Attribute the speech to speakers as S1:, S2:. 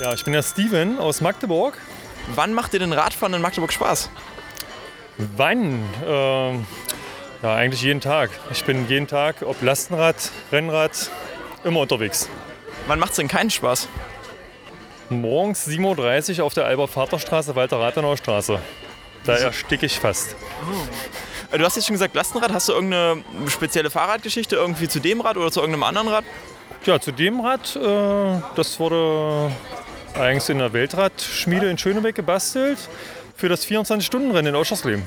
S1: Ja, ich bin der Steven aus Magdeburg.
S2: Wann macht dir denn Radfahren in Magdeburg Spaß?
S1: Wann? Ähm, ja, eigentlich jeden Tag. Ich bin jeden Tag, ob Lastenrad, Rennrad, immer unterwegs.
S2: Wann macht's denn keinen Spaß?
S1: Morgens 7.30 Uhr auf der Albert-Vater-Straße, Walter-Rathenauer Straße. Da ersticke ich fast.
S2: Äh, Du hast jetzt schon gesagt, Lastenrad. Hast du irgendeine spezielle Fahrradgeschichte irgendwie zu dem Rad oder zu irgendeinem anderen Rad?
S1: Ja, zu dem Rad, äh, das wurde eigens in der Weltradschmiede in Schönebeck gebastelt für das 24-Stunden-Rennen in Oschersleben.